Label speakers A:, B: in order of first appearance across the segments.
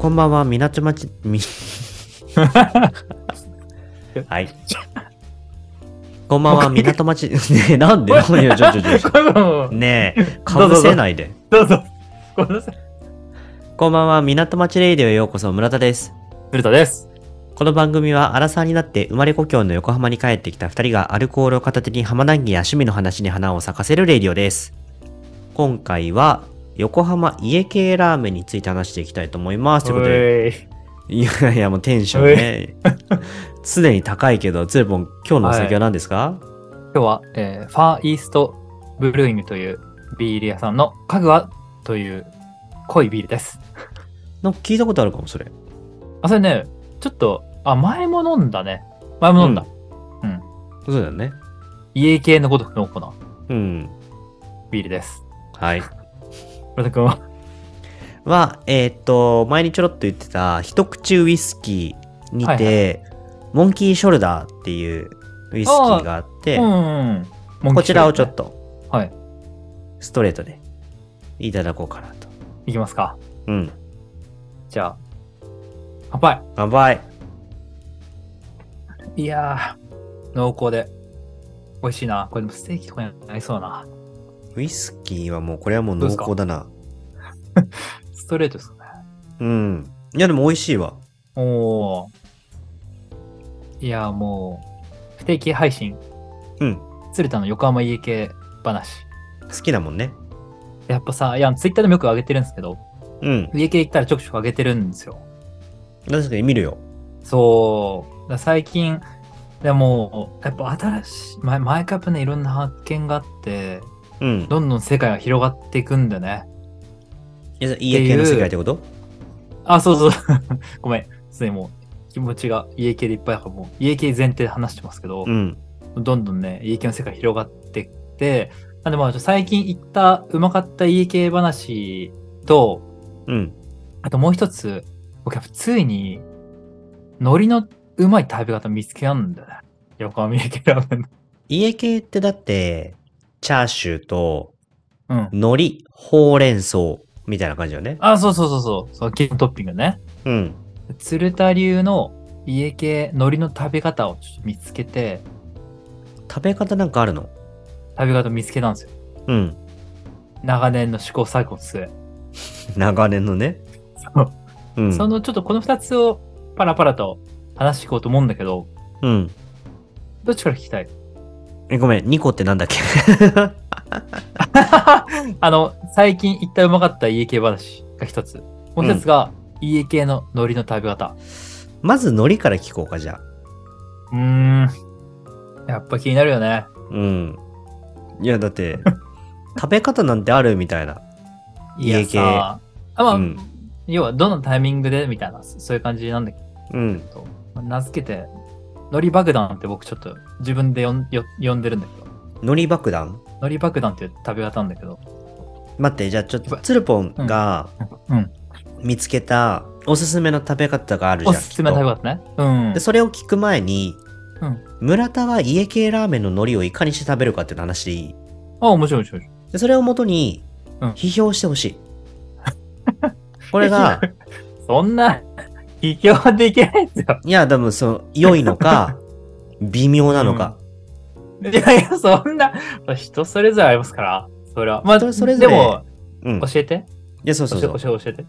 A: こんばんは、みなちまち、 み、はい。こんばんは、港町、ねえ、なんでなんでちょちょちょちょ
B: これも
A: ねえ、かぶせないで。
B: どうぞ。ごめんなさい。
A: こんばんは、港町レイディオへようこそ、村田です。
B: 古田です。
A: この番組は、アラサーになって生まれ故郷の横浜に帰ってきた二人がアルコールを片手に浜談義や趣味の話に花を咲かせるレイディオです。今回は、横浜家系ラーメンについて話していきたいと思います。ということで、
B: おい
A: いやいや、もうテンションね。常に高いけど、ツルポン、今日のお酒は何ですか、
B: 今日は、えーファーイーストブルーイングというビール屋さんのカグアという濃いビールです。
A: なんか聞いたことあるかも、それ。
B: あ、それね、ちょっと、あ、前も飲んだね。前も飲んだ。うん。
A: そうだよね。
B: 家系のごとく濃厚な
A: うん。
B: ビールです。
A: はい。
B: 古田君は。
A: は、えーっと、前にちょろっと言ってた、一口ウイスキーにて、モンキーショルダーっていうウイスキーがあって、
B: ん、うん。
A: こちらをちょっ
B: と。
A: と
B: はい。
A: ストレートでいただこうかなと。
B: いきますか。
A: うん。
B: じゃあ、乾杯。
A: 乾杯。
B: いやー、濃厚で。美味しいな。これでもステーキとかに合いそうだな。
A: ウイスキーはもう、これはもう
B: ど
A: 濃
B: うですか
A: 厚だな。
B: ストレートですかね。
A: うん。いや、でも美味しいわ。
B: おー。いやーもう、不定期配信、
A: うん。
B: 鶴田の横浜家系話。
A: 好きだもんね。
B: やっぱさ、いや、ツイッターでもよく上げてるんですけど、
A: うん。
B: 家系行ったらちょくちょく上げてるんですよ。
A: 確かに見るよ。
B: そう。だから最近、でも、やっぱ新しい、前毎回やっぱね、いろんな発見があって、
A: うん。
B: どんどん世界が広がっていくんだよね。
A: え家系の世界ってこと
B: あ、そうそう。 ごめん。すでにもう気持ちが家系でいっぱいだから、もう家系前提で話してますけど、
A: ん。
B: どんどんね、家系の世界広がってって、なんでまあ、ちょ最近行った、うまかった家系話と、
A: うん。
B: あともう一つ、僕やっぱついに、海苔のうまい食べ方見つけあんだよね。横浜家系ラーメンの。
A: 家系ってだって、チャーシューと、
B: うん。
A: 海苔、ほうれん草、みたいな感じよね。
B: あ、そうそうそうそう。その基本トッピングね。
A: うん。
B: 鶴田流の家系海苔の食べ方をちょっと見つけて、
A: 食べ方なんかあるの
B: 食べ方見つけたんですよ
A: うん。
B: 長年の試行錯誤の末、
A: 長年のね。
B: そう
A: うん。
B: そのちょっとこの2つをパラパラと話していこうと思うんだけど
A: うん。
B: どっちから聞きたい
A: え、ごめん、2個ってなんだっけ
B: あの最近行ったうまかった家系話が1つもう1つが家系の海苔の食べ方
A: まず海苔から聞こうか、じゃあ。
B: うーんやっぱ気になるよね
A: うん。いや、だ って、食べ方なんてあるみたいな。
B: いや
A: 家系
B: さあまあ、
A: うん
B: 要はどのタイミングでみたいなそそういう感じなんだけ
A: うん。
B: ど名付けて海苔爆弾って僕ちょっと自分で呼んよ呼んでるんだけど
A: 海苔爆弾
B: 海苔爆弾っていう食べ方なんだけど
A: 待って、じゃあちょっと、つるぽんが
B: うんうん、
A: 見つけた、おすすめの食べ方があるじゃ
B: お
A: ん。
B: すすめの
A: きっ
B: 食
A: と
B: べ方ねうん
A: でそれを聞く前に、
B: うん
A: 村田は家系ラーメンの海苔をいかにして食べるかっていう話でいい
B: あ、面白い面白い。
A: でそれをもとに
B: うん
A: 批評してほしい、 これが
B: そんな、 卑怯はできないですよ。
A: いや多分その良いの か微妙なのか、
B: いやいや、そんな、人それぞれありますから、それは。まあ、
A: 人それぞれ
B: でも、
A: うん
B: 教えて。
A: いやそう
B: 教
A: そう
B: え
A: そ
B: て、教え
A: う
B: て、教えて。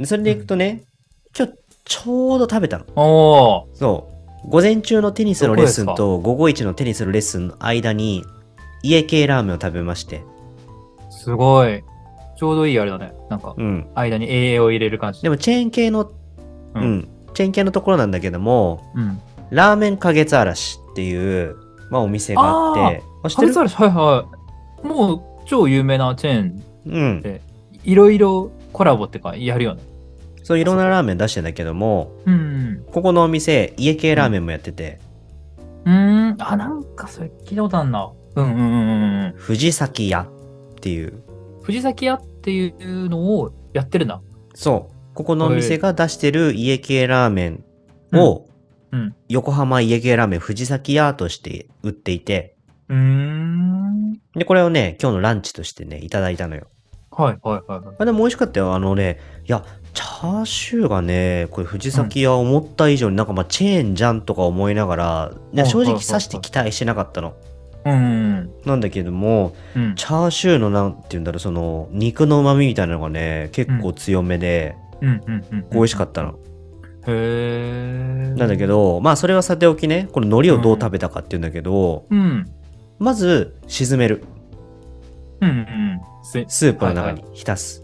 A: でそれでいくとね今日ちょうど食べたの
B: おー、
A: そう午前中のテニスのレッスン
B: ど
A: と午後一のテニスのレッスンの間に家系ラーメンを食べまして
B: すごい。ちょうどいいあれだね。なんか、
A: うん
B: 間に栄養を入れる感じ。
A: でもチェーン系の
B: うん
A: うん、チェーン系のところなんだけども
B: うん。
A: ラーメン花月嵐っていう、まあ、お店があって、あ知って
B: カ
A: る
B: ツアラシ、はいはい。もう、超有名なチェーン、
A: うん。
B: いろいろコラボってか、やるよね。
A: そういろんなラーメン出してんだけども、
B: うん。
A: ここのお店、家系ラーメンもやってて、
B: うーん。あ、なんかそれ聞いたことあんな。うんうんうんうんうん。
A: 藤崎屋っていう、
B: 藤崎屋っていうのをやってるんだ。
A: そう、ここのお店が出してる家系ラーメンを、
B: うんうん
A: 横浜家系ラーメン藤崎屋として売っていて、
B: うーん。
A: で、これをね、今日のランチとしてね、いただいたのよ。
B: ははいはいはいはい。
A: あでも美味しかったよ。あのね、いや、チャーシューがね、これ藤崎屋思った以上になんかまあチェーンじゃんとか思いながら、いや
B: はい
A: 正
B: はいはい
A: 直
B: はい
A: さして期待してなかったの。
B: うん
A: なんだけども、
B: うんうん。
A: チャーシューのなんて言うんだろう、その肉の旨味みたいなのがね、結構強めで、
B: うんうんうんうん。
A: 美味しか
B: っ
A: ったの。
B: た。へえ。
A: なんだけ。ど、まあそれはさておきね、この海苔をどう食べたかっていうんだけど、
B: うん。
A: まず沈める。
B: うんうんうん。ス
A: スープの中
B: はい
A: に浸す。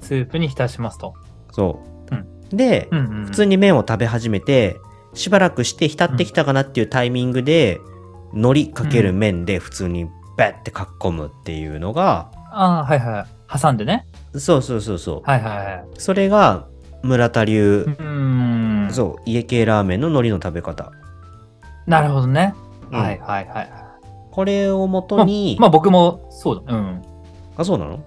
B: スープに浸しますと。
A: そう。
B: うん
A: で、
B: うんうんうん。
A: 普通
B: に。
A: に麺を食べ始めてしばらくして浸ってきたかなっていうタイミングで海苔かける麺で普通にバッてかっこむっていうのが
B: ああ、はいはい。挟んでね。
A: そうそうそうそう、
B: はいはいはい。
A: それが村田流
B: う、ーん。
A: そう家系ラーメンの海苔の食べ方、
B: なるほどね。
A: うん
B: はいはいはい。
A: これをもとに、
B: まあ僕もそうだ。うん。
A: あそうなの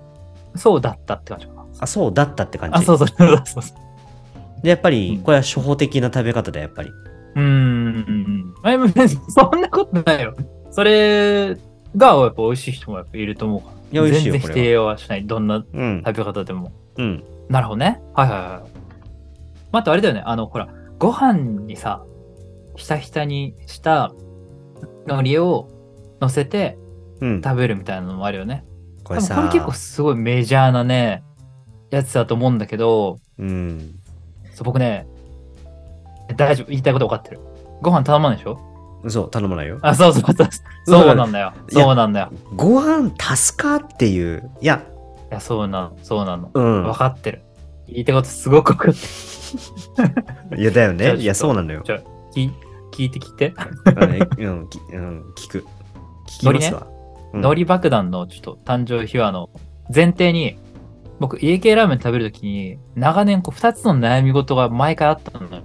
B: そうだったって感じかな。
A: あそうだったって感じ
B: あ、そう そうそうそうそう。
A: でやっぱ
B: う
A: り
B: ん
A: これは初歩的な食べ方だやっぱり
B: うーん。 あいやそんなことないよ。それがやっぱ美味しい人もやっぱいると思うから。
A: いや美味しいよ
B: 全然
A: こ
B: 否
A: れは
B: 定はしない。どんな
A: うん
B: 食べ方でも。
A: うん
B: なるほどね。はいはいはい。またあれだよね。あの、ほら、ご飯にさ、ひたひたにした海苔を乗せて
A: うん
B: 食べるみたいなのもあるよね。
A: こ
B: 多
A: れ
B: 分
A: さ
B: これ結構すごいメジャーなね、やつだと思うんだけど、
A: うん
B: そう僕ね、大丈夫、言いたいこと分かってる。ご飯頼まないでしょ
A: そう頼まないよ
B: あ、そうそうそう。そうなんだよ。
A: いや
B: そうなんだよ。
A: ご飯足すかっていういや
B: いや、そうなの。そうなの。
A: うん
B: 分かってる。言いたい ことすごく分かってる
A: いやだよ
B: じゃあ
A: ねいや
B: ちょ
A: そ
B: っと
A: うなのよ
B: ちょ聞聞いて聞いて。
A: うんえうん、きうん、聞く。聞きますわ。うん
B: 海苔爆弾のちょっと誕生秘話の前提に、僕、家系ラーメン食べるときに、長年こう2つの悩み事が毎回あったのよ。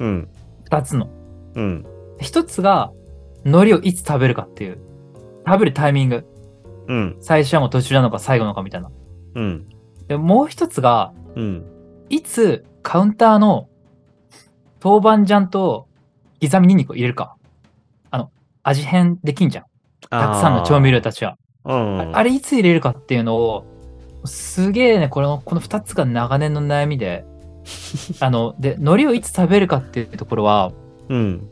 A: うん、
B: 2つの。
A: うん、
B: 1つが、海苔をいつ食べるかっていう。食べるタイミング。
A: うん、
B: 最初はもう途中なのか最後なのかみたいな。
A: うん、
B: で、もう1つが、
A: うん。
B: いつカウンターの豆板醤と刻みニンニクを入れるか。あの、味変できんじゃん。たくさんの調味
A: 料。
B: 料たちは。
A: うん、
B: あれいつ入れるかっていうのを、すげえね、この、この二つが長年の悩 みで、あの、で、海苔をいつ食べるかっていうところは、
A: うん。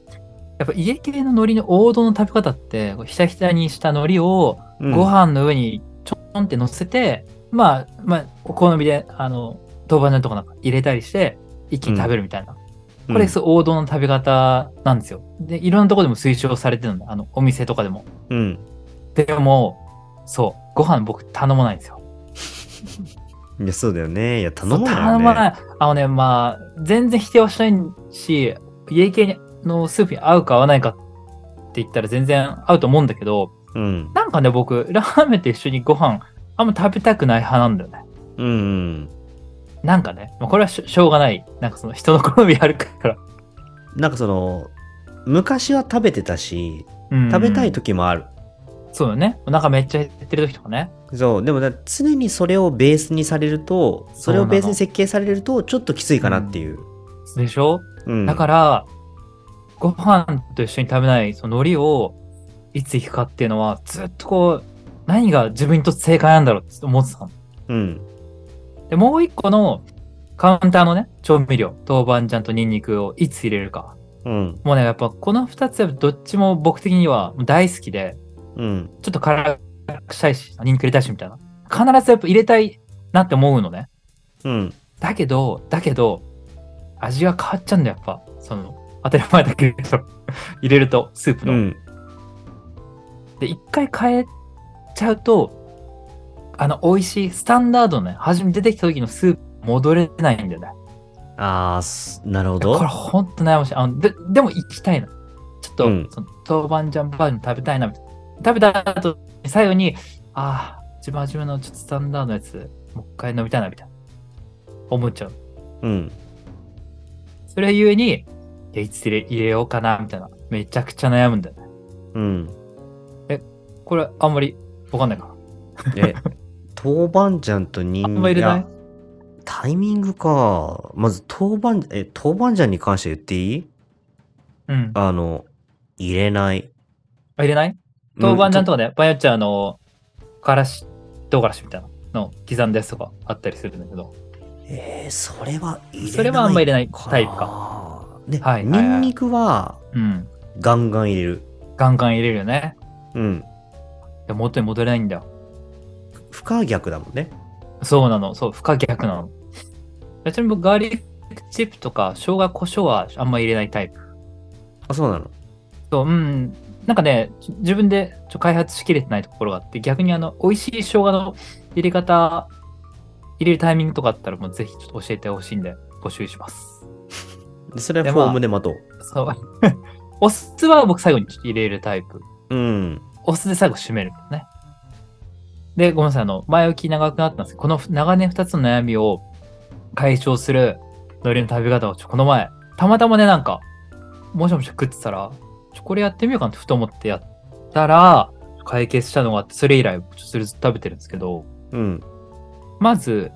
B: やっぱ家系の海苔の王道の食べ方って、ひたひたにした海苔を
A: うん
B: ご。飯の上にちょんって乗せて、まあ、まあ、お好みで、あの、豆板醤とかなんか入れたりして、一気に食べるみたい
A: う
B: な。
A: ん
B: これ、そう王道の食べ方なんですよ。で、いろんなとこでも推奨されてるのあの、お店とかでも。
A: うん。
B: でも、そう、ご飯僕頼まないんですよ。
A: いや、そうだよね。いや、頼
B: そう
A: まないよね。
B: 頼まない。あのね、まあ、全然否定はしないし、家系のスープに合うか合わないかって言ったら全然合うと思うんだけど、
A: うん、
B: なんかね、僕、ラーメンと一緒にご飯、あんま食べたくない派なんだよね。
A: うん、うん。
B: なんかね、まあ、これはしょしょうがない。なんかその人の好みあるから。
A: なんかその、昔は食べてたし、
B: うん
A: 食べたい時もある。
B: そうよね。お腹めっちゃ減ってる時とかね。
A: そう、でもだ常にそれをベースにされると、それをベースに設計されると、ちょっときついかなっていう。
B: でしょ
A: うん。、
B: だからら、ご飯と一緒に食べないその海苔をいつ行くかっていうのは、ずっとこう、何が自分にとって正解なんだろうって思ってたの。
A: うん、
B: で、もう一個のカウンターのね、調味料、豆板醤とニンニクをいつ入れるか。
A: うん、
B: もうね、やっぱこの二つはどっちも僕的には大好きで、
A: うん、
B: ちょっと辛くしたいし、ニンニク入れたいしみたいな。必ずやっぱ入れたいなって思うのね。
A: うん。
B: だけど、だけど、味が変わっちゃうんだよ、やっぱ。その、当たり前だけど、入れると、スープ
A: う
B: の。
A: ん、
B: で、一回変えちゃうと、あの、美味しい、スタンダードのね、初め出てきた時のスープ、戻れないんだよね。
A: あーす、なるほど
B: これ。ほんと悩ましい。あの、で、でも行きたいな。ちょっと、
A: うん
B: その豆板醤バージョン食べたいな、みたいな。食べた後、最後に、ああ、自分初めのちょっとスタンダードのやつ、もう一回飲みたいな、みたいな。思っちゃう。
A: うん。
B: それゆえに、いやいつ入れ入れようかな、みたいな。めちゃくちゃ悩むんだよね。
A: うん。
B: これ、あんまりわかんないか
A: え、豆板醤とニンニ
B: な。あ
A: ク。
B: んまり入れない
A: やタイミングか。まず豆板、え、豆板醤に関して言っていい
B: うん。あ
A: あの、入れない。
B: 入れない豆板醤とかね、場合によっちゃあの、からし、唐辛子みたいなの刻んだやつとかあったりするんだけど、
A: えー、それは入れない
B: それはあんま入れないタイプか。
A: かな。ね、
B: はいはい
A: ニ
B: はい
A: ンニクは
B: うん。
A: ガンガン入れる。
B: ガンガン入れるよね。
A: うん。
B: いや元に戻れないんだよ。
A: 不可逆だもんね。
B: そうなの。そう、不可逆なの。ちなみに僕、ガーリックチップとか、生姜、胡椒はあんま入れないタイプ。
A: あ、そうなの。
B: そう、うん。なんかね、ち自分でちょ開発しきれてないところがあって、逆にあの、美味しい生姜の入れ方、入れるタイミングとかあったら、もうぜひちょっと教えてほしいんで、募集します。
A: でそれは
B: で
A: フ
B: まあ
A: ォームで待とう。
B: そう。 お酢は僕最後にちょっと入れるタイプ。
A: うん。
B: お酢で最後締めるんだね。で、ごめんなさい、あの、前置き長くなったんですけど、この長年2つの悩みを解消する海苔の食べ方を、ちょこの前、たまたまね、なんか、もしもし食ってたら、ちょこれやってみようかなってふと思ってやったら、解決したのがあって、それ以来、ちょっとそれずっと食べてるんですけど、
A: うん。
B: まず、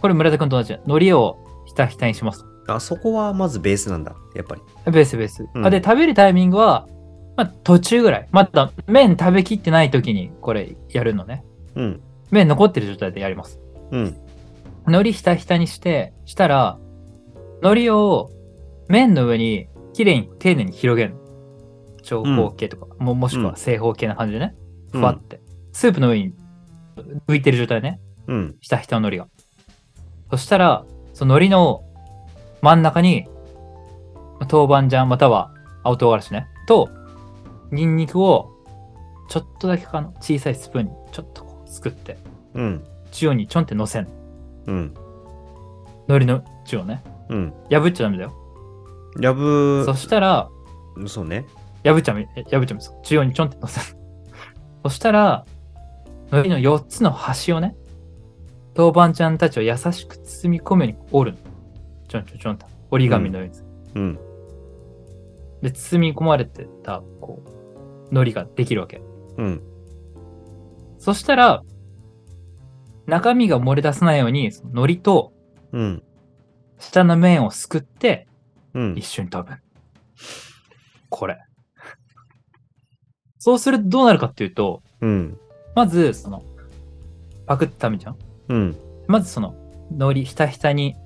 B: これ村田君と同じ、海苔をひたひたにします。
A: あそこはまずベースなんだ。やっぱり。
B: ベースベース。
A: うん
B: あで、食べるタイミングは、まあ、途中ぐらい。まだ麺食べきってない時にこれやるのね。
A: うん。
B: 麺残ってる状態でやります。
A: うん。
B: 海苔ひたひたにして、したら、海苔を麺の上にきれいに丁寧に広げるの。長方形とか、ももしくは正方形な感じでね。
A: うん
B: ふわって。スープの上に浮いてる状態ね。
A: うん。
B: ひたひたの海苔が。そしたら、その海苔の真ん中に、豆板醤または青唐辛子ね、と、ニンニクを、ちょっとだけかな、小さいスプーンに、ちょっとこう、すくって、
A: うん。
B: 中央にちょんって乗せんの。
A: うん。
B: 海苔の中央ね。
A: うん。
B: 破っちゃダメだよ。
A: ラブ
B: そ、したら、
A: そうね。
B: 破っちゃダメ、え破っちゃダメです。中央にちょんって 乗せる。そしたら、海苔の4つの端をね、豆板醤たちを優しく包み込むように折るの。ちょんちょんちょんと。折り紙のように。
A: うん。
B: で包み込まれてたこう海苔ができるわけ
A: うん。
B: そしたら中身が漏れ出さないようにその海苔と
A: うん。
B: 下の面をすくって
A: うん
B: 一。緒に食べるこれ そうするとどうなるかっていうと
A: うん。
B: まずそのパクって食べちゃう
A: うん。
B: まずその海苔ひたひたに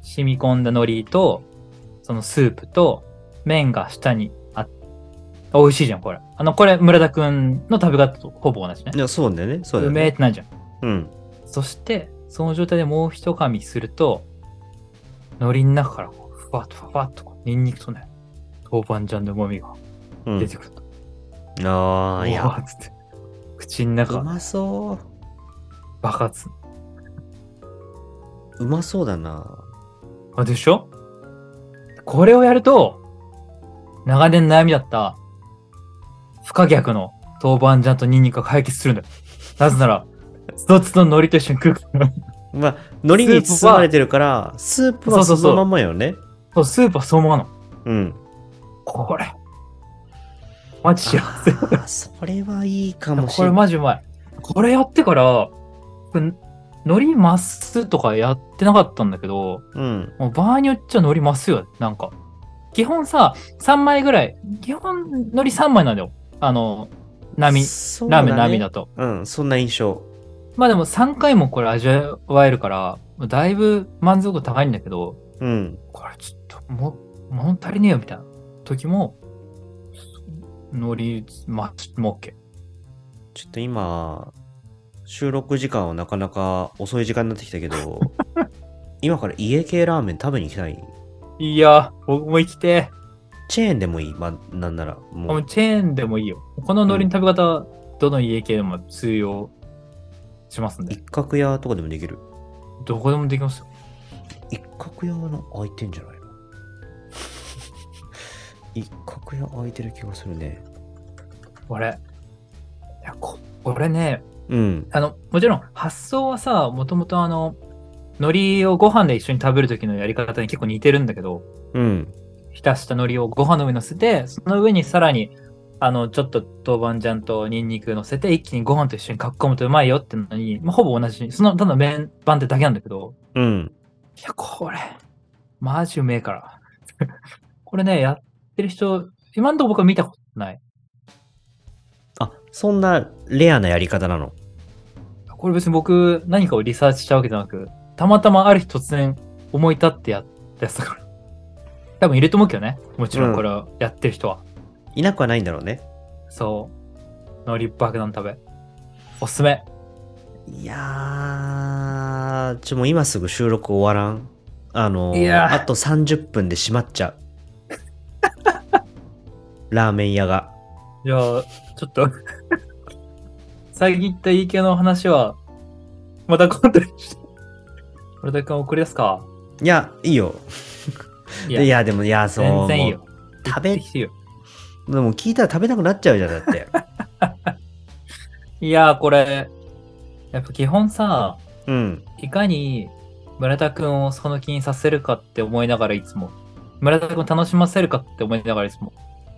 B: 染み込んだ海苔とそのスープと麺が下にあっ美味しいじゃんこれあのこれ村田くんの食べ方とほぼ同じね
A: いや、そうだよね。そうだ
B: う
A: よ
B: めえ
A: ね。
B: ってなるじゃん
A: うん。
B: そしてその状態でもう一噛みすると海苔の中からこうふわっとふわっとこうニンニクとね豆板醤の旨味が
A: うん
B: 出てくると、
A: ああ、いうや
B: わ。っつって口の中
A: う
B: が
A: まそ
B: 爆発
A: う。うまそうだな。
B: あでしょこれをやると、長年悩みだった、不可逆の豆板醤とニンニクが解決するんだよ。なぜ なら、つどつど海苔と一緒に食うから。
A: まあ、海苔に包まれてるから、スープは
B: そ
A: そ
B: うそうそう
A: のまんまよね。
B: そう、スープはそのままなの。
A: うん。
B: これ。マジ幸せ。
A: あーそれはいいかもし
B: こ
A: れ
B: れ
A: ない。
B: マジうまい。これやってから、うん海苔増すとかやってなかったんだけど、
A: うん。
B: もう場合によっちゃ海苔ますよ、なんか。基本さ、3枚ぐらい、基本海苔3枚なんだよ。あの、波、
A: そうだ
B: ラー
A: ね
B: メン波だと。
A: うん、そんな印象。
B: まあでも3回もこれ味わえるから、だいぶ満足度高いんだけど、
A: うん。
B: これちょっともう、物足りねえよみたいな時も、海苔、まあ、もう OK。
A: ちょっと今、収録時間はなかなか遅い時間になってきたけ ど、今から家系ラーメン食べに行きたい。
B: いや、僕も生きて、
A: チェーンでもいい、まあ、なんなら。も
B: も
A: う
B: うチェーンでもいいよ。この海苔の食べ方は、どの家系でも通用しますんで
A: 一、角屋とかでもできる。
B: どこでもできますよ。
A: 一角屋はな開いてんじゃ ないの一角屋開いてる気がするね。
B: 俺。いや、ここれね、
A: うん。
B: あの、もちろん発想はさ、もともとあの、海苔をご飯で一緒に食べる時のやり方に結構似てるんだけど、
A: うん。
B: 浸した海苔をご飯の上に乗せて、その上にさらに、あの、ちょっと豆板醤とニンニク乗せて、一気にご飯と一緒にかっこむとうまいよってのに、まあ、ほぼ同じ、その、ただ麺板ってだけなんだけど、
A: うん。
B: いや、これ、マジうめえから。 これね、やってる人、今んとこ僕は見たことない。
A: あ、そんなレアなやり方なの。
B: これ別に僕何かをリサーチしたわけじゃなく、たまたまある日突然思い立ってやったやつだから。多分いると思うけどね。もちろ
A: うん
B: んこれをやってる人は。
A: いなくはないんだろうね。
B: そう。海苔爆弾食べ。おすすめ。
A: いやー、ちょ、もう今すぐ収録終わらん。あのー
B: いやー
A: あと30分で閉まっち ゃう。ラーメン屋が。
B: じゃあ、ちょっと。 最近言ったいい系の話は、また今度にして。これだけ送り出すか。
A: いや、いいよ。
B: い
A: いや、でも、いや、そう。
B: 全然いいよ。
A: 食べ
B: 行ってきてよ
A: でも聞いたら食べたくなっちゃうじゃん、だっ て。
B: いやー、これ、やっぱ基本さ、
A: うん。
B: いかに村田くんをその気にさせるかって思いながらいつも、村田くんを楽しませるかって思いながらいつも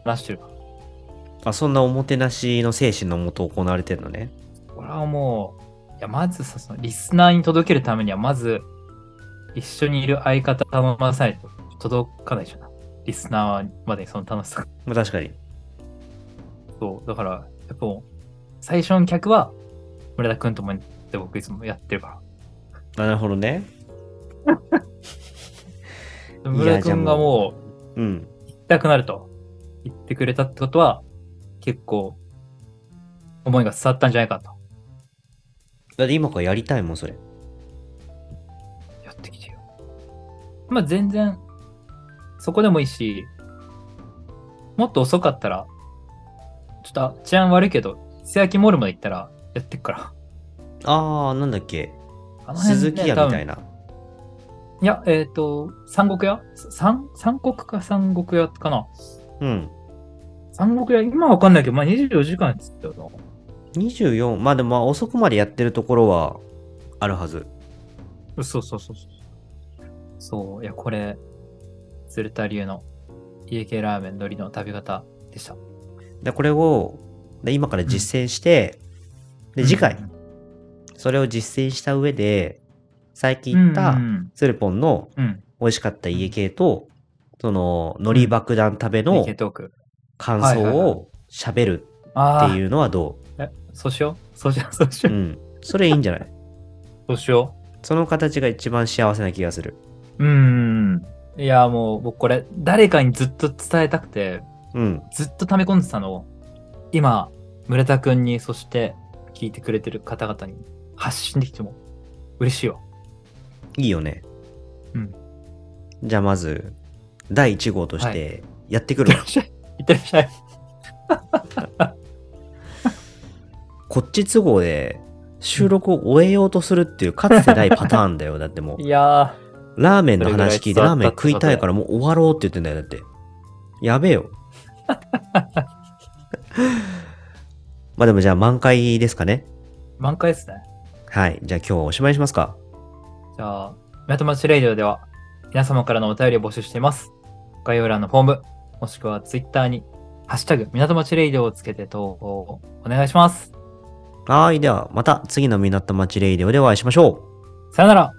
B: 話してる。
A: あ、そんなおもてなしの精神のもと行われてるのね。
B: これはもう、いや、まずさ、そのリスナーに届けるためには、まず、一緒にいる相方のまさに届かないでしょな。リスナーまでにその楽しさが。
A: まあ、確かに。
B: そう、だから、やっぱもう、最初の客は、村田くんともにって僕いつもやってるから。
A: あなるほどね。
B: でも村田くんがもう、
A: うん。
B: 痛くなると言ってくれたってことは、結構、思いが伝わったんじゃないかと。
A: だって今からやりたいもん、それ。
B: やってきてよ。まあ全然、そこでもいいし、もっと遅かったら、ちょっとあ治安悪いけど、伊勢焼モールまで行ったらやってっから。
A: あー、なんだっけ。
B: あの辺ね
A: 鈴木屋みたい
B: 多分
A: な。
B: いや、えっ、と、三国屋さ三三国か三国屋かな
A: うん。
B: 三国屋、今わかんないけど、まあ24時間っつったよな。
A: 24まあでもまあ遅くまでやってるところはあるはず
B: そうそうそうそう。そう、いや、これ、鶴田流の家系ラーメンのりの食べ方でした。
A: でこれをで今から実践して、で次回
B: うんうん
A: それを実践した上で最近
B: うん
A: 言った
B: うん
A: ツルポンの
B: うん。
A: 美味しかった家系とその海苔爆弾食べ
B: 家
A: の
B: 系トーク。
A: 感
B: はいは
A: 想
B: いはい
A: を喋る
B: あ
A: っ
B: あ
A: ていうのはど
B: そうしよう。そうしよう。そうし
A: う
B: よ
A: う
B: う。
A: んそれいいんじゃない
B: そうしよ
A: その形が一番幸せな気がする
B: う。うん。いや、もう、僕これ、誰かにずっと伝えたくて、
A: うん
B: ずっと溜め込んでたのを、今、村田くんに、そして、聞いてくれてる方々に発信できても、嬉しいよ。
A: いいよね
B: うん
A: じゃあまず第1号としてやってくるわ、
B: いってらっしゃい。
A: こっち都合で収録を終えようとするっていうかつてないパターンだよ。だってもう
B: い、や
A: ラーメンの話聞いて
B: それぐらい
A: ラーメン食いたいからもう終わろうって言ってんだよ。だって。やべえよ。 まあでもじゃあ満開ですかね。
B: ー、満開ですね。
A: はい。じゃあ今日はおしまいにしますか。
B: じゃあ、港町レイディオでは皆様からのお便りを募集しています。概要欄のフォーム、もしくはツイッターに、ハッシュタグ、港町レイディオをつけて投稿をお願いします。
A: はーい。ではまた次の港町レイディオでお会いしましょう。
B: さよなら